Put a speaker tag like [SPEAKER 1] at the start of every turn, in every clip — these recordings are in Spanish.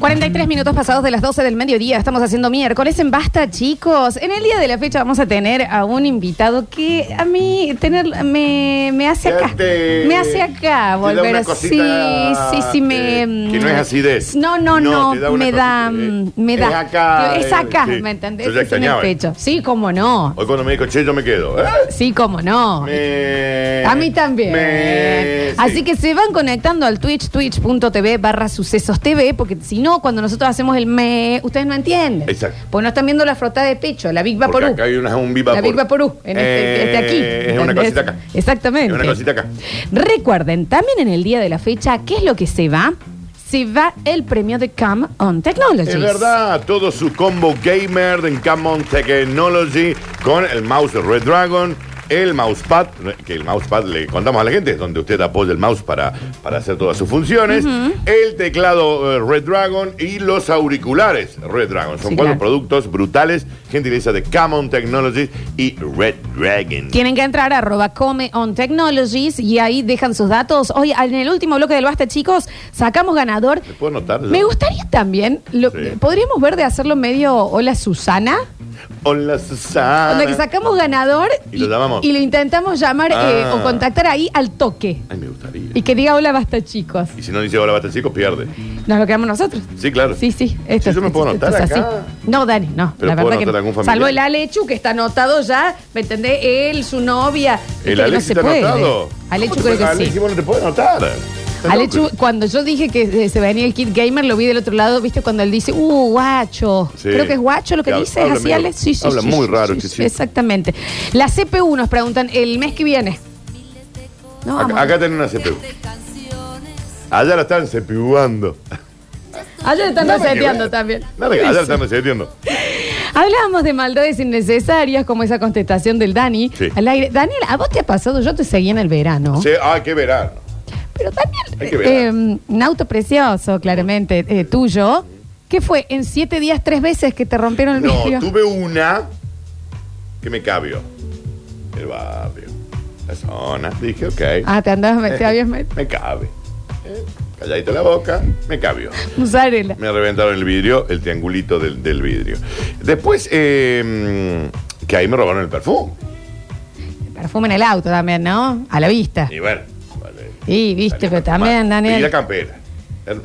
[SPEAKER 1] 43 minutos pasados de las 12 del mediodía, estamos haciendo miércoles en Basta, chicos. En el día de la fecha vamos a tener a un invitado que a mí tener, me, me hace
[SPEAKER 2] Ya
[SPEAKER 1] acá.
[SPEAKER 2] te-
[SPEAKER 1] me hace acá
[SPEAKER 2] te da
[SPEAKER 1] volver.
[SPEAKER 2] una cosita,
[SPEAKER 1] sí, sí, sí, me.
[SPEAKER 2] eh, que no es acidez.
[SPEAKER 1] No, no, no,
[SPEAKER 2] te da una
[SPEAKER 1] me, da,
[SPEAKER 2] cosita, eh,
[SPEAKER 1] me da.
[SPEAKER 2] Es acá.
[SPEAKER 1] Es
[SPEAKER 2] eh,
[SPEAKER 1] acá,
[SPEAKER 2] sí.
[SPEAKER 1] ¿me entendés?
[SPEAKER 2] Yo ya
[SPEAKER 1] Es en el
[SPEAKER 2] extrañaba. eh.
[SPEAKER 1] pecho. Sí, cómo no.
[SPEAKER 2] Hoy cuando me dijo, che, yo me quedo. ¿eh?
[SPEAKER 1] Sí, cómo no.
[SPEAKER 2] Me-
[SPEAKER 1] A mí también.
[SPEAKER 2] me- sí.
[SPEAKER 1] Así que se van conectando al Twitch, twitch.tv barra sucesos TV, porque si no, cuando nosotros hacemos el me, ustedes no entienden.
[SPEAKER 2] Exacto.
[SPEAKER 1] Pues no están viendo la frotada de pecho, la Big
[SPEAKER 2] Porque
[SPEAKER 1] Vaporú.
[SPEAKER 2] acá hay una, un Viva
[SPEAKER 1] La Big Vaporú, en este,
[SPEAKER 2] Eh,
[SPEAKER 1] este aquí.
[SPEAKER 2] Es una
[SPEAKER 1] ¿entendés?
[SPEAKER 2] cosita acá.
[SPEAKER 1] Exactamente.
[SPEAKER 2] Es una cosita acá.
[SPEAKER 1] Recuerden, también en el día de la fecha, ¿qué es lo que se va? Se va el premio de Come On Technologies.
[SPEAKER 2] Es verdad, todo su combo gamer de Camon Technology con el mouse Red Dragon, el mousepad, que el mousepad le contamos a la gente, es donde usted apoya el mouse para, para hacer todas sus funciones, el teclado eh, Red Dragon y los auriculares Red Dragon. Son
[SPEAKER 1] Sí,
[SPEAKER 2] cuatro
[SPEAKER 1] claro.
[SPEAKER 2] productos brutales, gentileza de Camon Technology y Red Dragon.
[SPEAKER 1] Tienen que entrar a arroba come on technologies y ahí dejan sus datos. Hoy, en el último bloque del Basta, chicos, sacamos ganador.
[SPEAKER 2] ¿Me puedo anotar?
[SPEAKER 1] Me gustaría también, lo-
[SPEAKER 2] Sí.
[SPEAKER 1] podríamos ver de hacerlo medio hola Susana,
[SPEAKER 2] Hola, Susana.
[SPEAKER 1] donde que sacamos ganador
[SPEAKER 2] Ah, Y lo llamamos.
[SPEAKER 1] y lo intentamos llamar
[SPEAKER 2] Ah.
[SPEAKER 1] eh, o contactar ahí al toque.
[SPEAKER 2] Ay, me gustaría.
[SPEAKER 1] Y que diga hola basta chicos.
[SPEAKER 2] Y si no dice hola, basta chicos, pierde.
[SPEAKER 1] Nos lo quedamos nosotros.
[SPEAKER 2] Sí, claro.
[SPEAKER 1] Sí, sí. Esto,
[SPEAKER 2] Sí, yo me puedo
[SPEAKER 1] esto-
[SPEAKER 2] anotar
[SPEAKER 1] esto es
[SPEAKER 2] acá.
[SPEAKER 1] así. No, Dani, no.
[SPEAKER 2] Pero
[SPEAKER 1] la
[SPEAKER 2] puedo
[SPEAKER 1] verdad que
[SPEAKER 2] anotar algún
[SPEAKER 1] no.
[SPEAKER 2] familiar.
[SPEAKER 1] Salvo el Alechu, que está anotado ya, ¿me entendés? Él, su novia. Viste
[SPEAKER 2] El
[SPEAKER 1] que
[SPEAKER 2] Alex
[SPEAKER 1] no se
[SPEAKER 2] está
[SPEAKER 1] puede.
[SPEAKER 2] anotado.
[SPEAKER 1] Alechu
[SPEAKER 2] ¿Cómo te
[SPEAKER 1] creo
[SPEAKER 2] puede-
[SPEAKER 1] que sí.
[SPEAKER 2] Alex, vos no te puedes anotar. Estás
[SPEAKER 1] Alechu,
[SPEAKER 2] loco.
[SPEAKER 1] cuando yo dije que eh, se venía el Kid Gamer, lo vi del otro lado, ¿viste? Cuando él dice, uh, guacho.
[SPEAKER 2] Sí.
[SPEAKER 1] Creo que es guacho lo que
[SPEAKER 2] Habla-
[SPEAKER 1] dice,
[SPEAKER 2] habla
[SPEAKER 1] es así,
[SPEAKER 2] medio-
[SPEAKER 1] Alex. Sí, sí,
[SPEAKER 2] habla
[SPEAKER 1] sí,
[SPEAKER 2] muy
[SPEAKER 1] sí,
[SPEAKER 2] raro
[SPEAKER 1] sí,
[SPEAKER 2] este
[SPEAKER 1] sí,
[SPEAKER 2] chico.
[SPEAKER 1] Exactamente. La CPU nos preguntan, el mes que viene. No,
[SPEAKER 2] Acá,
[SPEAKER 1] amor.
[SPEAKER 2] acá tenés una CPU. Allá Ah, la están cepiuando.
[SPEAKER 1] Ayer están
[SPEAKER 2] Nada que
[SPEAKER 1] reseteando
[SPEAKER 2] ver.
[SPEAKER 1] también.
[SPEAKER 2] Nada que- allá la están reseteando.
[SPEAKER 1] Hablábamos de maldades innecesarias, como esa contestación del Dani
[SPEAKER 2] Sí.
[SPEAKER 1] al aire. Daniel, a vos te ha pasado, yo te seguí en el verano.
[SPEAKER 2] Sí, ah, qué verano.
[SPEAKER 1] Pero
[SPEAKER 2] Hay que
[SPEAKER 1] Daniel,
[SPEAKER 2] ver.
[SPEAKER 1] eh, un auto precioso, claramente, eh, tuyo. ¿Qué fue? En siete días, tres veces que te rompieron el
[SPEAKER 2] No,
[SPEAKER 1] vidrio.
[SPEAKER 2] tuve una que me cabió. El barrio. La zona. Dije, ok. Eh,
[SPEAKER 1] Ah, te andabas, te habías metido.
[SPEAKER 2] Me cabe. Eh, Calladito la boca, me cabió.
[SPEAKER 1] Mozzarella.
[SPEAKER 2] Me reventaron el vidrio, el triangulito del, del vidrio. Después, eh, mm, que ahí me robaron el perfume.
[SPEAKER 1] Perfume en el auto también, ¿no? A la vista.
[SPEAKER 2] Y bueno, vale.
[SPEAKER 1] Y viste, pero también,
[SPEAKER 2] Y la
[SPEAKER 1] Daniel.
[SPEAKER 2] campera.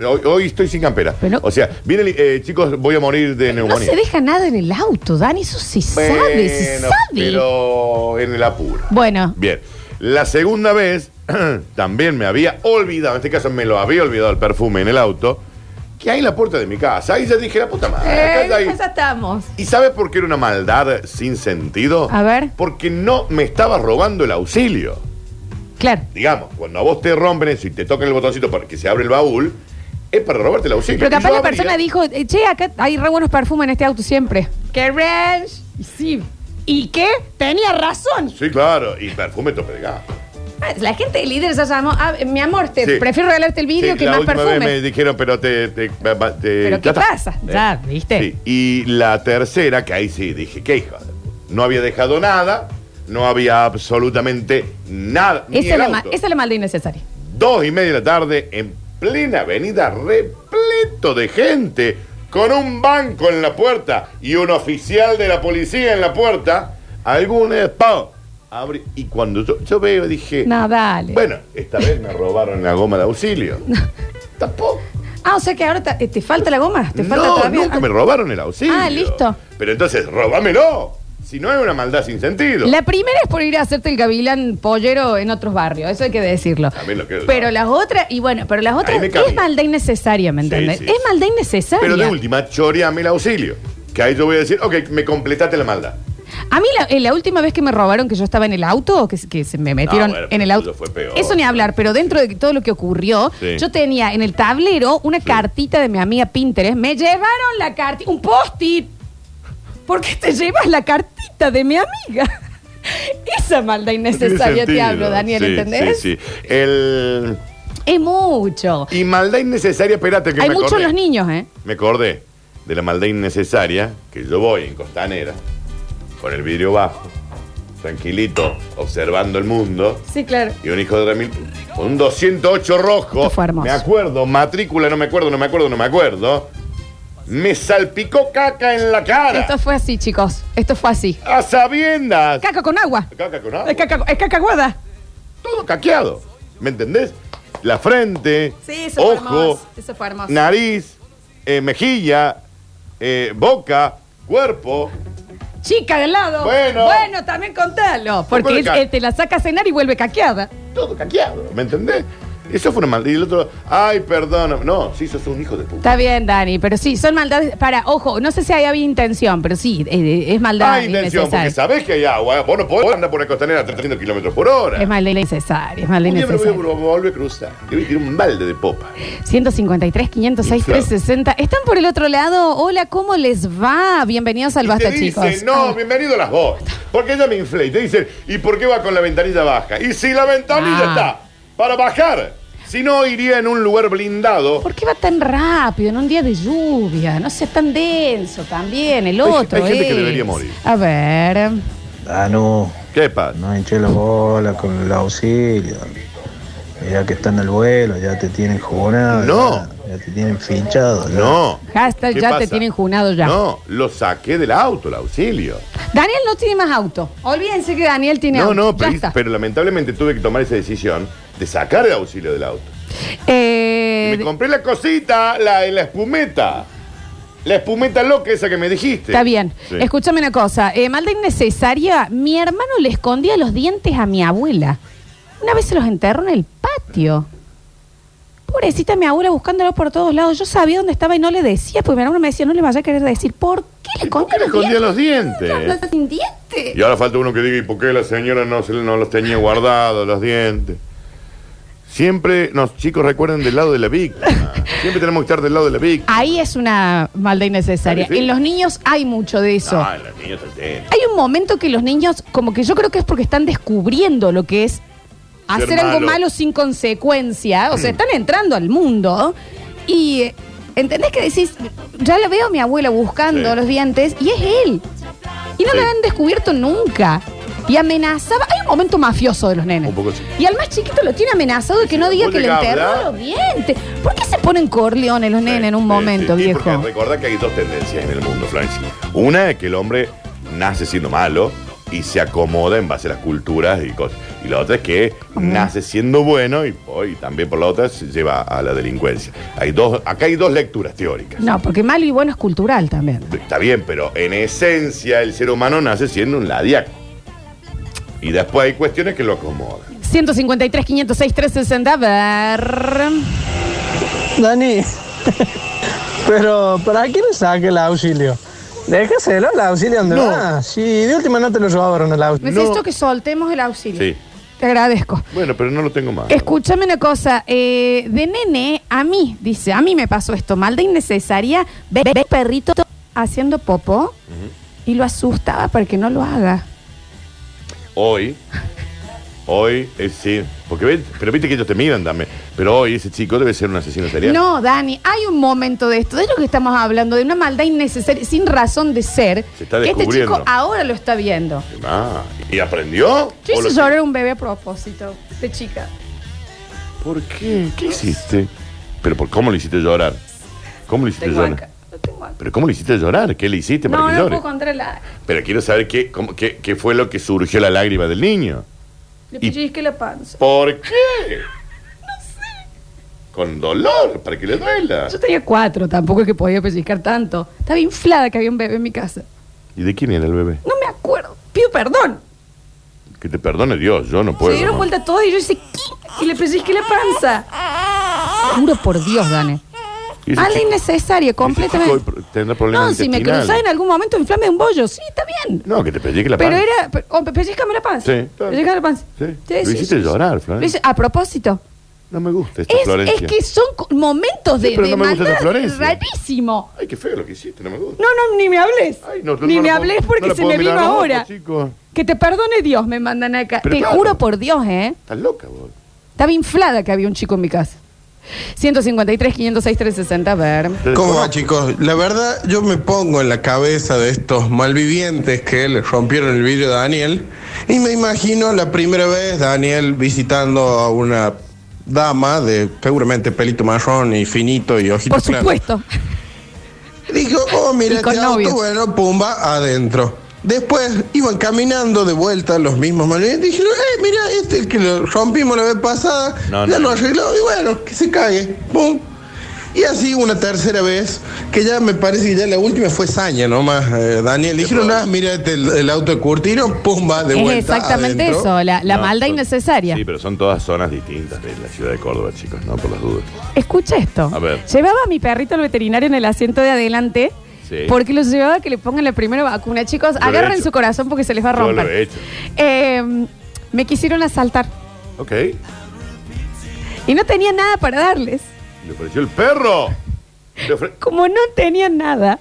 [SPEAKER 2] Hoy, hoy estoy sin campera.
[SPEAKER 1] Pero no-
[SPEAKER 2] o sea, viene el- eh, chicos, voy a morir de
[SPEAKER 1] No
[SPEAKER 2] neumonía.
[SPEAKER 1] se deja nada en el auto, Dani. Eso se sabe, se
[SPEAKER 2] Bueno,
[SPEAKER 1] sabe.
[SPEAKER 2] Pero en el apuro.
[SPEAKER 1] Bueno,
[SPEAKER 2] Bien. La segunda vez también me había olvidado, en este caso me lo había olvidado el perfume en el auto, que hay en la puerta de mi casa. Ahí ya dije, la puta madre. acá
[SPEAKER 1] eh,
[SPEAKER 2] está ahí.
[SPEAKER 1] ya estamos.
[SPEAKER 2] ¿Y sabes por qué era una maldad sin sentido?
[SPEAKER 1] A ver.
[SPEAKER 2] Porque no me estaba robando el auxilio.
[SPEAKER 1] Claro.
[SPEAKER 2] Digamos, cuando a vos te rompen eso y te tocan el botoncito para que se abre el baúl, es para robarte el auxilio.
[SPEAKER 1] Pero
[SPEAKER 2] Y
[SPEAKER 1] capaz
[SPEAKER 2] yo
[SPEAKER 1] la
[SPEAKER 2] abría-
[SPEAKER 1] persona dijo, eh, che, acá hay re buenos perfumes en este auto siempre. ¡Qué ranch! Y sí. ¿Y qué? Tenía razón.
[SPEAKER 2] Sí, claro, y perfume tope de gama.
[SPEAKER 1] Ah, La gente de líder ya llamó, ah, mi amor, te
[SPEAKER 2] Sí.
[SPEAKER 1] prefiero regalarte el vidrio
[SPEAKER 2] Sí,
[SPEAKER 1] que
[SPEAKER 2] la
[SPEAKER 1] más
[SPEAKER 2] última vez
[SPEAKER 1] perfume.
[SPEAKER 2] me dijeron, pero te... te- ba- ba- te-
[SPEAKER 1] Pero
[SPEAKER 2] ya
[SPEAKER 1] ¿qué
[SPEAKER 2] está. Eh.
[SPEAKER 1] pasa? Ya, ¿viste?
[SPEAKER 2] Sí, Y la tercera, que ahí sí dije, qué hija de puta? No había dejado nada, no había absolutamente nada. ni
[SPEAKER 1] Esa es,
[SPEAKER 2] el
[SPEAKER 1] la ma-
[SPEAKER 2] auto.
[SPEAKER 1] esa es la maldad innecesaria.
[SPEAKER 2] Dos y media de la tarde, en plena avenida, repleto de gente, con un banco en la puerta y un oficial de la policía en la puerta, algún espado. Abre, y cuando yo, yo veo, dije,
[SPEAKER 1] No, dale.
[SPEAKER 2] bueno, esta vez me robaron la goma de auxilio. Tampoco.
[SPEAKER 1] Ah, o sea que ahora te, te falta la goma, te falta
[SPEAKER 2] no,
[SPEAKER 1] todavía.
[SPEAKER 2] nunca
[SPEAKER 1] Ah.
[SPEAKER 2] me robaron el auxilio.
[SPEAKER 1] Ah, listo.
[SPEAKER 2] Pero entonces, robámelo. Si no es una maldad sin sentido.
[SPEAKER 1] La primera es por ir a hacerte el gavilán pollero en otros barrios, eso hay que decirlo.
[SPEAKER 2] También lo creo.
[SPEAKER 1] Pero las otras, y bueno, pero las otras
[SPEAKER 2] Ahí me cabe.
[SPEAKER 1] es maldad innecesaria, ¿me
[SPEAKER 2] Sí,
[SPEAKER 1] entiendes?
[SPEAKER 2] sí,
[SPEAKER 1] Es
[SPEAKER 2] sí.
[SPEAKER 1] maldad innecesaria.
[SPEAKER 2] Pero de última, choreame el auxilio. Que ahí yo voy a decir, ok, me completaste la maldad.
[SPEAKER 1] A mí la, eh, la última vez que me robaron que yo estaba en el auto, que, se- que se me metieron
[SPEAKER 2] Ah, bueno,
[SPEAKER 1] en
[SPEAKER 2] pero
[SPEAKER 1] el
[SPEAKER 2] eso
[SPEAKER 1] auto.
[SPEAKER 2] fue peor.
[SPEAKER 1] Eso ni hablar, pero dentro de todo lo que ocurrió,
[SPEAKER 2] Sí.
[SPEAKER 1] yo tenía en el tablero una cartita de mi amiga Pinterest. Me llevaron la cartita, un post-it. ¿Por qué te llevas la cartita de mi amiga? Esa maldad innecesaria te hablo, Daniel,
[SPEAKER 2] Sí,
[SPEAKER 1] ¿entendés?
[SPEAKER 2] Sí, sí. El...
[SPEAKER 1] Es mucho.
[SPEAKER 2] Y maldad innecesaria, espérate que
[SPEAKER 1] Hay
[SPEAKER 2] me
[SPEAKER 1] mucho en
[SPEAKER 2] acordé.
[SPEAKER 1] los niños, ¿eh?
[SPEAKER 2] Me acordé de la maldad innecesaria que yo voy en Costanera, con el vidrio bajo, tranquilito, observando el mundo.
[SPEAKER 1] Sí, claro.
[SPEAKER 2] Y un hijo de Ramil con un 208 rojo.
[SPEAKER 1] Esto fue hermoso.
[SPEAKER 2] Me acuerdo, matrícula, no me acuerdo, no me acuerdo, no me acuerdo. Me salpicó caca en la cara.
[SPEAKER 1] Esto fue así, chicos. Esto fue así.
[SPEAKER 2] A sabiendas.
[SPEAKER 1] Caca con agua.
[SPEAKER 2] Caca con agua.
[SPEAKER 1] Es caca, es caca guada.
[SPEAKER 2] Todo caqueado. ¿Me entendés? La frente,
[SPEAKER 1] Sí, eso fue
[SPEAKER 2] ojo,
[SPEAKER 1] hermoso. Eso fue hermoso.
[SPEAKER 2] nariz, eh, mejilla, eh, boca, cuerpo.
[SPEAKER 1] Chica del lado.
[SPEAKER 2] Bueno.
[SPEAKER 1] Bueno, también contalo. Porque
[SPEAKER 2] puede
[SPEAKER 1] él-
[SPEAKER 2] ca-
[SPEAKER 1] él te la saca a cenar y vuelve caqueada.
[SPEAKER 2] Todo caqueado. ¿Me entendés? Eso fue una maldita. Y el otro, ay, perdón. No, sí, sos un hijo de puta.
[SPEAKER 1] Está bien, Dani, pero sí, son maldades. Para, ojo, no sé si ahí había intención, pero sí, eh, es maldad
[SPEAKER 2] Hay intención, porque
[SPEAKER 1] innecesaria.
[SPEAKER 2] sabés que hay agua. Vos no podés andar por la costanera a 300 kilómetros por hora.
[SPEAKER 1] Es maldad innecesaria, es maldad
[SPEAKER 2] Un día me lo voy a
[SPEAKER 1] innecesaria.
[SPEAKER 2] vol- volver a cruzar. Le voy a tirar un balde de popa.
[SPEAKER 1] 153, 506, 360. Están por el otro lado. Hola, ¿cómo les va? Bienvenidos al
[SPEAKER 2] Y
[SPEAKER 1] Basta,
[SPEAKER 2] te dicen,
[SPEAKER 1] chicos.
[SPEAKER 2] no,
[SPEAKER 1] Ah.
[SPEAKER 2] bienvenido a las vos. Porque ella me inflé. Y te dicen, ¿y por qué va con la ventanilla baja? Y si la ventanilla
[SPEAKER 1] Ah.
[SPEAKER 2] está para bajar, si no iría en un lugar blindado.
[SPEAKER 1] ¿Por qué va tan rápido en un día de lluvia? No sea tan denso también, el
[SPEAKER 2] Hay-
[SPEAKER 1] otro.
[SPEAKER 2] hay gente que
[SPEAKER 1] es.
[SPEAKER 2] debería morir.
[SPEAKER 1] A ver.
[SPEAKER 3] Danu,
[SPEAKER 2] ¿Qué pasa?
[SPEAKER 3] Ah, no hinché la bola con el auxilio. Mirá que está en el vuelo, ya te tienen jugado.
[SPEAKER 2] No.
[SPEAKER 3] Ya, te tienen fichado. ya.
[SPEAKER 2] No.
[SPEAKER 1] Hashtag
[SPEAKER 2] ¿Qué
[SPEAKER 1] ya
[SPEAKER 2] pasa?
[SPEAKER 1] te tienen junado ya.
[SPEAKER 2] No, lo saqué del auto, el auxilio.
[SPEAKER 1] Daniel no tiene más auto. Olvídense que Daniel tiene
[SPEAKER 2] No,
[SPEAKER 1] auto.
[SPEAKER 2] no,
[SPEAKER 1] Ya
[SPEAKER 2] pero,
[SPEAKER 1] está.
[SPEAKER 2] pero lamentablemente tuve que tomar esa decisión de sacar el auxilio del auto.
[SPEAKER 1] Eh,
[SPEAKER 2] me compré la cosita, la, la espumeta. La espumeta loca esa que me dijiste.
[SPEAKER 1] Está bien.
[SPEAKER 2] Sí.
[SPEAKER 1] Escúchame una cosa. Eh, maldad innecesaria. Mi hermano le escondía los dientes a mi abuela. Una vez se los enterró en el patio. Pobrecita mi abuela buscándolos por todos lados. Yo sabía dónde estaba y no le decía, porque mi hermano me decía, no le vaya a querer decir. ¿Por qué le
[SPEAKER 2] ¿Y por
[SPEAKER 1] escondía
[SPEAKER 2] qué le
[SPEAKER 1] los
[SPEAKER 2] escondía
[SPEAKER 1] dientes?
[SPEAKER 2] los dientes?
[SPEAKER 1] Hablas sin dientes.
[SPEAKER 2] Y ahora falta uno que diga, ¿y por qué la señora no, se, no los tenía guardados, los dientes? Siempre, nos chicos, recuerden del lado de la víctima. Siempre tenemos que estar del lado de la víctima.
[SPEAKER 1] Ahí es una maldad innecesaria.
[SPEAKER 2] Claro que sí.
[SPEAKER 1] En los niños hay mucho de eso.
[SPEAKER 2] Ah, los niños también.
[SPEAKER 1] Hay un momento que los niños, como que yo creo que es porque están descubriendo lo que es hacer algo
[SPEAKER 2] malo. Mm.
[SPEAKER 1] malo sin consecuencia. O sea, están entrando al mundo y eh, entendés que decís, ya la veo a mi abuela buscando
[SPEAKER 2] Sí.
[SPEAKER 1] los dientes y es él. Y no
[SPEAKER 2] Sí.
[SPEAKER 1] lo han descubierto nunca. Y amenazaba. Hay un momento mafioso de los nenes.
[SPEAKER 2] Un poco sí.
[SPEAKER 1] Y al más chiquito lo tiene amenazado de que no
[SPEAKER 2] vos
[SPEAKER 1] diga que le
[SPEAKER 2] llegás a
[SPEAKER 1] enterró
[SPEAKER 2] hablar-
[SPEAKER 1] los dientes. ¿Por qué se ponen corleones los nenes en un
[SPEAKER 2] Sí,
[SPEAKER 1] momento,
[SPEAKER 2] sí, sí,
[SPEAKER 1] viejo?
[SPEAKER 2] Porque recordá que hay dos tendencias en el mundo, Francis. Una es que el hombre nace siendo malo y se acomoda en base a las culturas y cosas. Y la otra es que nace siendo bueno y, oh, y también por la otra se lleva a la delincuencia. Hay dos, acá hay dos lecturas teóricas.
[SPEAKER 1] No, porque malo y bueno es cultural también.
[SPEAKER 2] Está bien, pero en esencia el ser humano nace siendo un ladiaco. Y después hay cuestiones que lo acomodan.
[SPEAKER 1] 153, 506, 360. A ver.
[SPEAKER 4] Dani, pero ¿para qué le saque el auxilio? Déjaselo al auxilio donde
[SPEAKER 2] No.
[SPEAKER 4] va. Sí, de última no te lo robaron el auxilio.
[SPEAKER 1] Necesito que soltemos el auxilio.
[SPEAKER 2] Sí.
[SPEAKER 1] Te agradezco.
[SPEAKER 2] Bueno, pero no lo tengo más.
[SPEAKER 1] Escúchame una cosa, eh, de nene, a mí, dice, a mí me pasó esto, maldad innecesaria, ve, ve- ve perrito haciendo popó y lo asustaba para que no lo haga.
[SPEAKER 2] Hoy, hoy, es sí. Porque ven, pero viste que ellos te miran también. Pero hoy ese chico debe ser un asesino serial.
[SPEAKER 1] No, Dani, hay un momento de esto, de lo que estamos hablando, de una maldad innecesaria, sin razón de ser,
[SPEAKER 2] Se está
[SPEAKER 1] que este
[SPEAKER 2] descubriendo.
[SPEAKER 1] chico ahora lo está viendo.
[SPEAKER 2] Ah, ¿y aprendió?
[SPEAKER 1] Yo
[SPEAKER 2] ¿O lo-
[SPEAKER 1] hice llorar a un bebé a propósito, de chica.
[SPEAKER 2] ¿Por qué? ¿Qué hiciste? ¿Pero por cómo lo hiciste llorar? ¿Cómo lo hiciste
[SPEAKER 1] Tengo
[SPEAKER 2] llorar?
[SPEAKER 1] acá, lo tengo acá.
[SPEAKER 2] ¿Pero cómo lo hiciste llorar? ¿Qué le hiciste para
[SPEAKER 1] No,
[SPEAKER 2] que
[SPEAKER 1] no lo
[SPEAKER 2] llore?
[SPEAKER 1] puedo controlar.
[SPEAKER 2] Pero quiero saber qué, cómo- qué, qué fue lo que surgió la lágrima del niño.
[SPEAKER 1] Le
[SPEAKER 2] Y-
[SPEAKER 1] pellizqué la panza.
[SPEAKER 2] ¿Por qué? No sé. Con dolor, para que le duela.
[SPEAKER 1] Yo tenía cuatro, tampoco es que podía pellizcar tanto. Estaba inflada que había un bebé en mi casa.
[SPEAKER 2] ¿Y de quién era el bebé?
[SPEAKER 1] No me acuerdo. Pido perdón.
[SPEAKER 2] Que te perdone Dios, yo no
[SPEAKER 1] Se
[SPEAKER 2] puedo.
[SPEAKER 1] dieron
[SPEAKER 2] ¿no?
[SPEAKER 1] vuelta todos y yo hice "Qui", y le pellizqué la panza. Juro por Dios, Dane.
[SPEAKER 2] Y ese
[SPEAKER 1] Algo
[SPEAKER 2] chico-
[SPEAKER 1] innecesario,
[SPEAKER 2] ese
[SPEAKER 1] completamente.
[SPEAKER 2] chico hoy tendrá problemas
[SPEAKER 1] No, si me
[SPEAKER 2] intestinales.
[SPEAKER 1] cruzás en algún momento, inflame un bollo. Sí, está bien.
[SPEAKER 2] No, que te pedí que la
[SPEAKER 1] Pero
[SPEAKER 2] pan-
[SPEAKER 1] era. pe- O pe- pellizcame la panza.
[SPEAKER 2] Sí, claro.
[SPEAKER 1] Pellizcame la panza.
[SPEAKER 2] Sí. Lo hiciste llorar, Florencia.
[SPEAKER 1] Lo hice- A propósito.
[SPEAKER 2] No me gusta esta
[SPEAKER 1] Es,
[SPEAKER 2] Florencia.
[SPEAKER 1] es que son co- momentos de,
[SPEAKER 2] Sí, pero
[SPEAKER 1] de
[SPEAKER 2] no me gusta esta
[SPEAKER 1] maldad
[SPEAKER 2] Florencia.
[SPEAKER 1] rarísimo.
[SPEAKER 2] Ay, qué feo lo que hiciste, no me gusta.
[SPEAKER 1] No, no, ni me hables.
[SPEAKER 2] Ay, no, no
[SPEAKER 1] ni
[SPEAKER 2] lo
[SPEAKER 1] me
[SPEAKER 2] puedo-
[SPEAKER 1] hables
[SPEAKER 2] no
[SPEAKER 1] porque
[SPEAKER 2] la
[SPEAKER 1] se
[SPEAKER 2] puedo
[SPEAKER 1] me vino
[SPEAKER 2] mirar los ojos,
[SPEAKER 1] ahora.
[SPEAKER 2] chico.
[SPEAKER 1] Que te perdone Dios, me mandan acá.
[SPEAKER 2] Pero
[SPEAKER 1] te
[SPEAKER 2] claro.
[SPEAKER 1] juro por Dios, ¿eh?
[SPEAKER 2] Estás loca vos.
[SPEAKER 1] Estaba inflada que había un chico en mi casa. 153, 506, 360, a ver.
[SPEAKER 2] Te
[SPEAKER 5] ¿Cómo
[SPEAKER 2] desconozco.
[SPEAKER 5] va, chicos? La verdad, yo me pongo en la cabeza de estos malvivientes que le rompieron el vidrio a Daniel y me imagino la primera vez Daniel visitando a una dama de seguramente pelito marrón y finito y ojitos
[SPEAKER 1] Por
[SPEAKER 5] claros.
[SPEAKER 1] supuesto.
[SPEAKER 5] Dijo, oh,
[SPEAKER 1] Y
[SPEAKER 5] mira, este
[SPEAKER 1] con novios.
[SPEAKER 5] auto, bueno, pumba, adentro. Después iban caminando de vuelta los mismos malvivientes. Dijeron, eh, mira, este el que lo rompimos la vez pasada,
[SPEAKER 2] No,
[SPEAKER 5] ya
[SPEAKER 2] no,
[SPEAKER 5] lo
[SPEAKER 2] no.
[SPEAKER 5] arregló, y bueno, que se cague. Pum. Y así una tercera vez, que ya me parece que ya la última fue saña nomás, eh, Daniel. Dijeron, ah, mira, este el, el auto de Curtino, pumba, de
[SPEAKER 1] Es
[SPEAKER 5] vuelta.
[SPEAKER 1] exactamente
[SPEAKER 5] adentro.
[SPEAKER 1] eso, la, la
[SPEAKER 2] No,
[SPEAKER 1] maldad
[SPEAKER 2] son-
[SPEAKER 1] innecesaria.
[SPEAKER 2] Sí, pero son todas zonas distintas de la ciudad de Córdoba, chicos, no por las dudas.
[SPEAKER 1] Escucha esto.
[SPEAKER 2] A ver.
[SPEAKER 1] Llevaba a mi perrito al veterinario en el asiento de adelante.
[SPEAKER 2] Sí.
[SPEAKER 1] Porque los llevaba a que le pongan la primera vacuna. Chicos,
[SPEAKER 2] Yo lo he
[SPEAKER 1] agarren
[SPEAKER 2] hecho.
[SPEAKER 1] su corazón porque se les va a
[SPEAKER 2] Yo lo
[SPEAKER 1] romper.
[SPEAKER 2] he hecho.
[SPEAKER 1] Eh, me quisieron asaltar
[SPEAKER 2] Ok. ¿Le
[SPEAKER 1] y no tenía nada para darles.
[SPEAKER 2] ofreció el perro? Le ofre-
[SPEAKER 1] Como no tenía nada,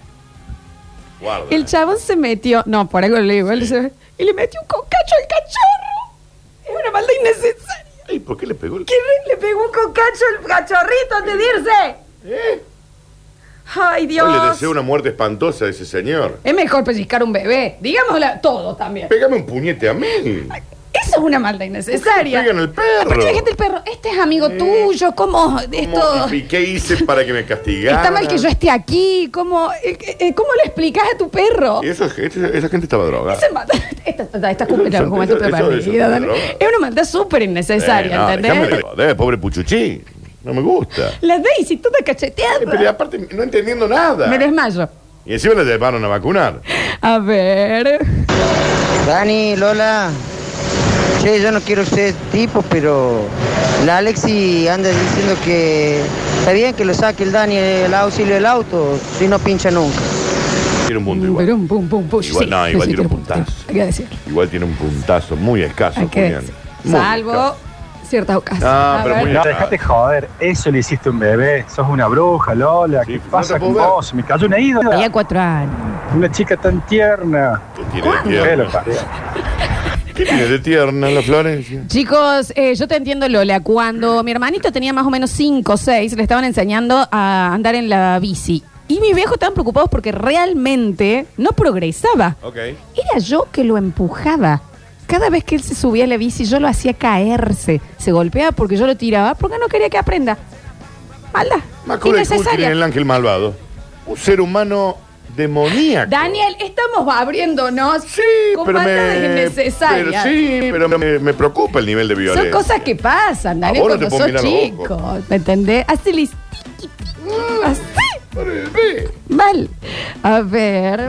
[SPEAKER 2] Guarda.
[SPEAKER 1] el chabón se metió. No, por algo le digo. él se- y le metió un cocacho al cachorro. Es una maldad innecesaria.
[SPEAKER 2] Ay, ¿Por qué le pegó el
[SPEAKER 1] ¿Quién le pegó un cocacho al cachorrito antes de irse?
[SPEAKER 2] ¿Eh?
[SPEAKER 1] Ay,
[SPEAKER 2] Yo
[SPEAKER 1] Dios.
[SPEAKER 2] le deseo una muerte espantosa a ese señor.
[SPEAKER 1] Es mejor pellizcar un bebé. Digámoslo todo también.
[SPEAKER 2] Pégame un puñete a mí.
[SPEAKER 1] Eso es una maldad innecesaria.
[SPEAKER 2] Pegan al perro.
[SPEAKER 1] Aparte, la gente, el perro, este es amigo tuyo, ¿cómo?
[SPEAKER 2] ¿Cómo?
[SPEAKER 1] Esto.
[SPEAKER 2] ¿Y qué hice para que me castigaran?
[SPEAKER 1] Está mal que yo esté aquí, ¿cómo, eh, eh, ¿cómo le explicas a tu perro?
[SPEAKER 2] Y eso, eso- esa gente estaba drogada.
[SPEAKER 1] Esa maldad- Esta esta- esta cum- la
[SPEAKER 2] Eso-
[SPEAKER 1] cum- esta
[SPEAKER 2] eso- eso-
[SPEAKER 1] perdida,
[SPEAKER 2] eso-
[SPEAKER 1] dale.
[SPEAKER 2] eso-
[SPEAKER 1] Es una maldad súper
[SPEAKER 2] Eh, no,
[SPEAKER 1] innecesaria,
[SPEAKER 2] déjame de
[SPEAKER 1] ¿entendés?
[SPEAKER 2] joder, pobre Puchuchí. No me gusta. Eh,
[SPEAKER 1] La Daisy toda
[SPEAKER 2] Pero
[SPEAKER 1] cacheteada.
[SPEAKER 2] aparte, no entendiendo nada.
[SPEAKER 1] Me desmayo.
[SPEAKER 2] Y encima le llevaron a vacunar.
[SPEAKER 1] A ver.
[SPEAKER 6] Dani, Lola. Che, yo no quiero ser tipo, pero la Alexi anda diciendo que está bien que lo saque el Dani el auxilio del auto, si no pincha nunca.
[SPEAKER 2] Tiene un punto igual.
[SPEAKER 1] Mm, Pero un pum, pum, pum.
[SPEAKER 2] Igual-
[SPEAKER 1] Sí,
[SPEAKER 2] no,
[SPEAKER 1] sí,
[SPEAKER 2] igual
[SPEAKER 1] sí,
[SPEAKER 2] tiene un
[SPEAKER 1] punto,
[SPEAKER 2] puntazo.
[SPEAKER 1] Hay que decir.
[SPEAKER 2] Igual tiene un puntazo muy escaso,
[SPEAKER 1] Hay que
[SPEAKER 2] Julián.
[SPEAKER 1] decir.
[SPEAKER 2] Muy
[SPEAKER 1] Salvo
[SPEAKER 2] escaso.
[SPEAKER 1] ciertas ocasiones.
[SPEAKER 2] Ah,
[SPEAKER 1] A
[SPEAKER 2] pero
[SPEAKER 1] ver.
[SPEAKER 2] muy
[SPEAKER 7] No,
[SPEAKER 2] escaso.
[SPEAKER 7] dejate joder, eso le hiciste a un bebé, sos una bruja, Lola,
[SPEAKER 2] Sí,
[SPEAKER 7] ¿qué
[SPEAKER 2] no te
[SPEAKER 7] pasa
[SPEAKER 2] puedo
[SPEAKER 7] con
[SPEAKER 2] ver.
[SPEAKER 7] vos? Me cayó una
[SPEAKER 1] Tenía
[SPEAKER 7] ídola,
[SPEAKER 1] cuatro años.
[SPEAKER 7] una chica tan tierna.
[SPEAKER 2] ¿Qué tiene de
[SPEAKER 7] ¿Qué lo
[SPEAKER 2] tierna?
[SPEAKER 7] parió?
[SPEAKER 2] ¿Qué tiene de tierna la Florencia?
[SPEAKER 1] Chicos, eh, yo te entiendo, Lola. Cuando mi hermanito tenía más o menos 5 o 6, le estaban enseñando a andar en la bici. Y mis viejos estaban preocupados porque realmente no progresaba.
[SPEAKER 2] Ok.
[SPEAKER 1] Era yo que lo empujaba. Cada vez que él se subía a la bici, yo lo hacía caerse. Se golpeaba porque yo lo tiraba porque no quería que aprenda. Maldad.
[SPEAKER 2] Macaulay Culkin en
[SPEAKER 1] Innecesaria.
[SPEAKER 2] el ángel malvado. Un ser humano demoníaco.
[SPEAKER 1] Daniel, estamos abriéndonos
[SPEAKER 2] Sí,
[SPEAKER 1] con
[SPEAKER 2] pero
[SPEAKER 1] maldades
[SPEAKER 2] me. Pero
[SPEAKER 1] innecesarias.
[SPEAKER 2] sí, pero me, me preocupa el nivel de
[SPEAKER 1] Son
[SPEAKER 2] violencia.
[SPEAKER 1] cosas que pasan, Daniel,
[SPEAKER 2] vos no
[SPEAKER 1] cuando
[SPEAKER 2] te puedo
[SPEAKER 1] sos
[SPEAKER 2] mirar los Mm,
[SPEAKER 1] chico. ¿Me entendés? Así le tiki, tiki, Así. Mal. A ver.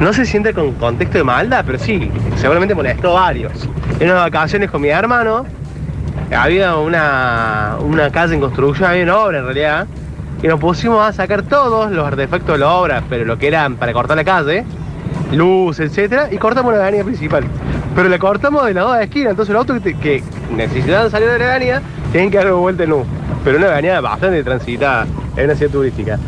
[SPEAKER 8] No se siente con contexto de maldad, pero sí, seguramente molestó a varios. En unas vacaciones con mi hermano, había una, una casa en construcción, había una obra en realidad, y nos pusimos a sacar todos los artefactos de la obra, pero lo que eran para cortar la calle, luz, etcétera, y cortamos la avenida principal. Pero la cortamos de la dos de esquina, entonces los autos que, que necesitaban salir de la avenida tienen que dar vuelta en U. Pero una avenida bastante transitada, es una ciudad turística.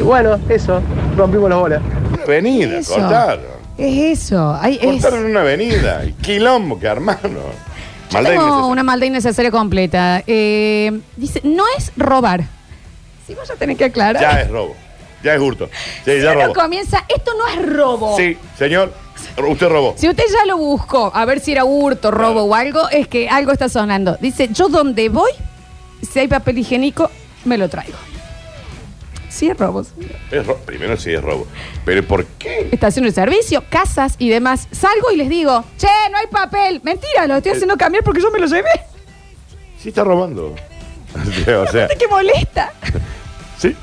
[SPEAKER 8] Y bueno, eso, rompimos las bolas.
[SPEAKER 2] Una avenida,
[SPEAKER 1] Eso.
[SPEAKER 2] cortaron.
[SPEAKER 1] Es eso. Ay, es-
[SPEAKER 2] Cortaron una avenida. El quilombo que armaron.
[SPEAKER 1] Yo
[SPEAKER 2] Maldad
[SPEAKER 1] tengo
[SPEAKER 2] innecesaria.
[SPEAKER 1] una maldad innecesaria completa. Eh, dice, no es robar. Sí, vos ya tenés que aclarar.
[SPEAKER 2] Ya es robo. Ya es hurto. Sí,
[SPEAKER 1] Si
[SPEAKER 2] ya
[SPEAKER 1] uno
[SPEAKER 2] robó.
[SPEAKER 1] comienza, esto no es robo.
[SPEAKER 2] Sí, señor. Usted robó.
[SPEAKER 1] Si usted ya lo buscó, a ver si era hurto, robo
[SPEAKER 2] Claro.
[SPEAKER 1] o algo, es que algo está sonando. Dice, yo donde voy, si hay papel higiénico, me lo traigo. Sí, es robo. señor.
[SPEAKER 2] Es ro- Primero sí es robo. Pero ¿por qué?
[SPEAKER 1] Estación de servicio, casas y demás. Salgo y les digo, che, no hay papel. Mentira, lo estoy haciendo cambiar porque yo me lo llevé.
[SPEAKER 2] Sí está robando. o sea,
[SPEAKER 1] Aparte que molesta.
[SPEAKER 2] sí.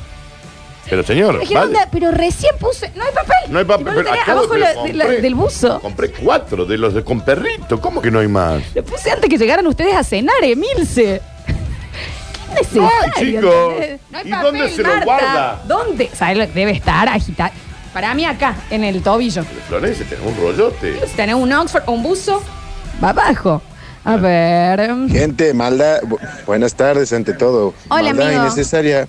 [SPEAKER 2] Pero señor,
[SPEAKER 1] Me dijeron,
[SPEAKER 2] vale.
[SPEAKER 1] "Onda, pero recién puse, no hay papel.
[SPEAKER 2] No hay
[SPEAKER 1] Y
[SPEAKER 2] papel.
[SPEAKER 1] vos lo
[SPEAKER 2] pero
[SPEAKER 1] tenés
[SPEAKER 2] acabo-
[SPEAKER 1] abajo
[SPEAKER 2] pero
[SPEAKER 1] la- de la-
[SPEAKER 2] compré-
[SPEAKER 1] del buzo.
[SPEAKER 2] Compré cuatro de los de con perrito. ¿Cómo que no hay más?
[SPEAKER 1] Lo puse antes que llegaran ustedes a cenar, Emilce. ¿Qué necesario?
[SPEAKER 2] No hay, chicos.
[SPEAKER 1] ¿entendés? No hay
[SPEAKER 2] ¿Y
[SPEAKER 1] papel,
[SPEAKER 2] dónde se lo
[SPEAKER 1] Marta.
[SPEAKER 2] guarda?
[SPEAKER 1] ¿Dónde? O sea, él debe estar agitado. Para mí acá, en el tobillo.
[SPEAKER 2] Florencia, tenés un rollote.
[SPEAKER 1] Si tenés un Oxford o un buzo, va abajo. A ver.
[SPEAKER 9] Gente, maldad, bu- buenas tardes ante todo.
[SPEAKER 1] Hola,
[SPEAKER 9] maldad
[SPEAKER 1] amigo.
[SPEAKER 9] innecesaria.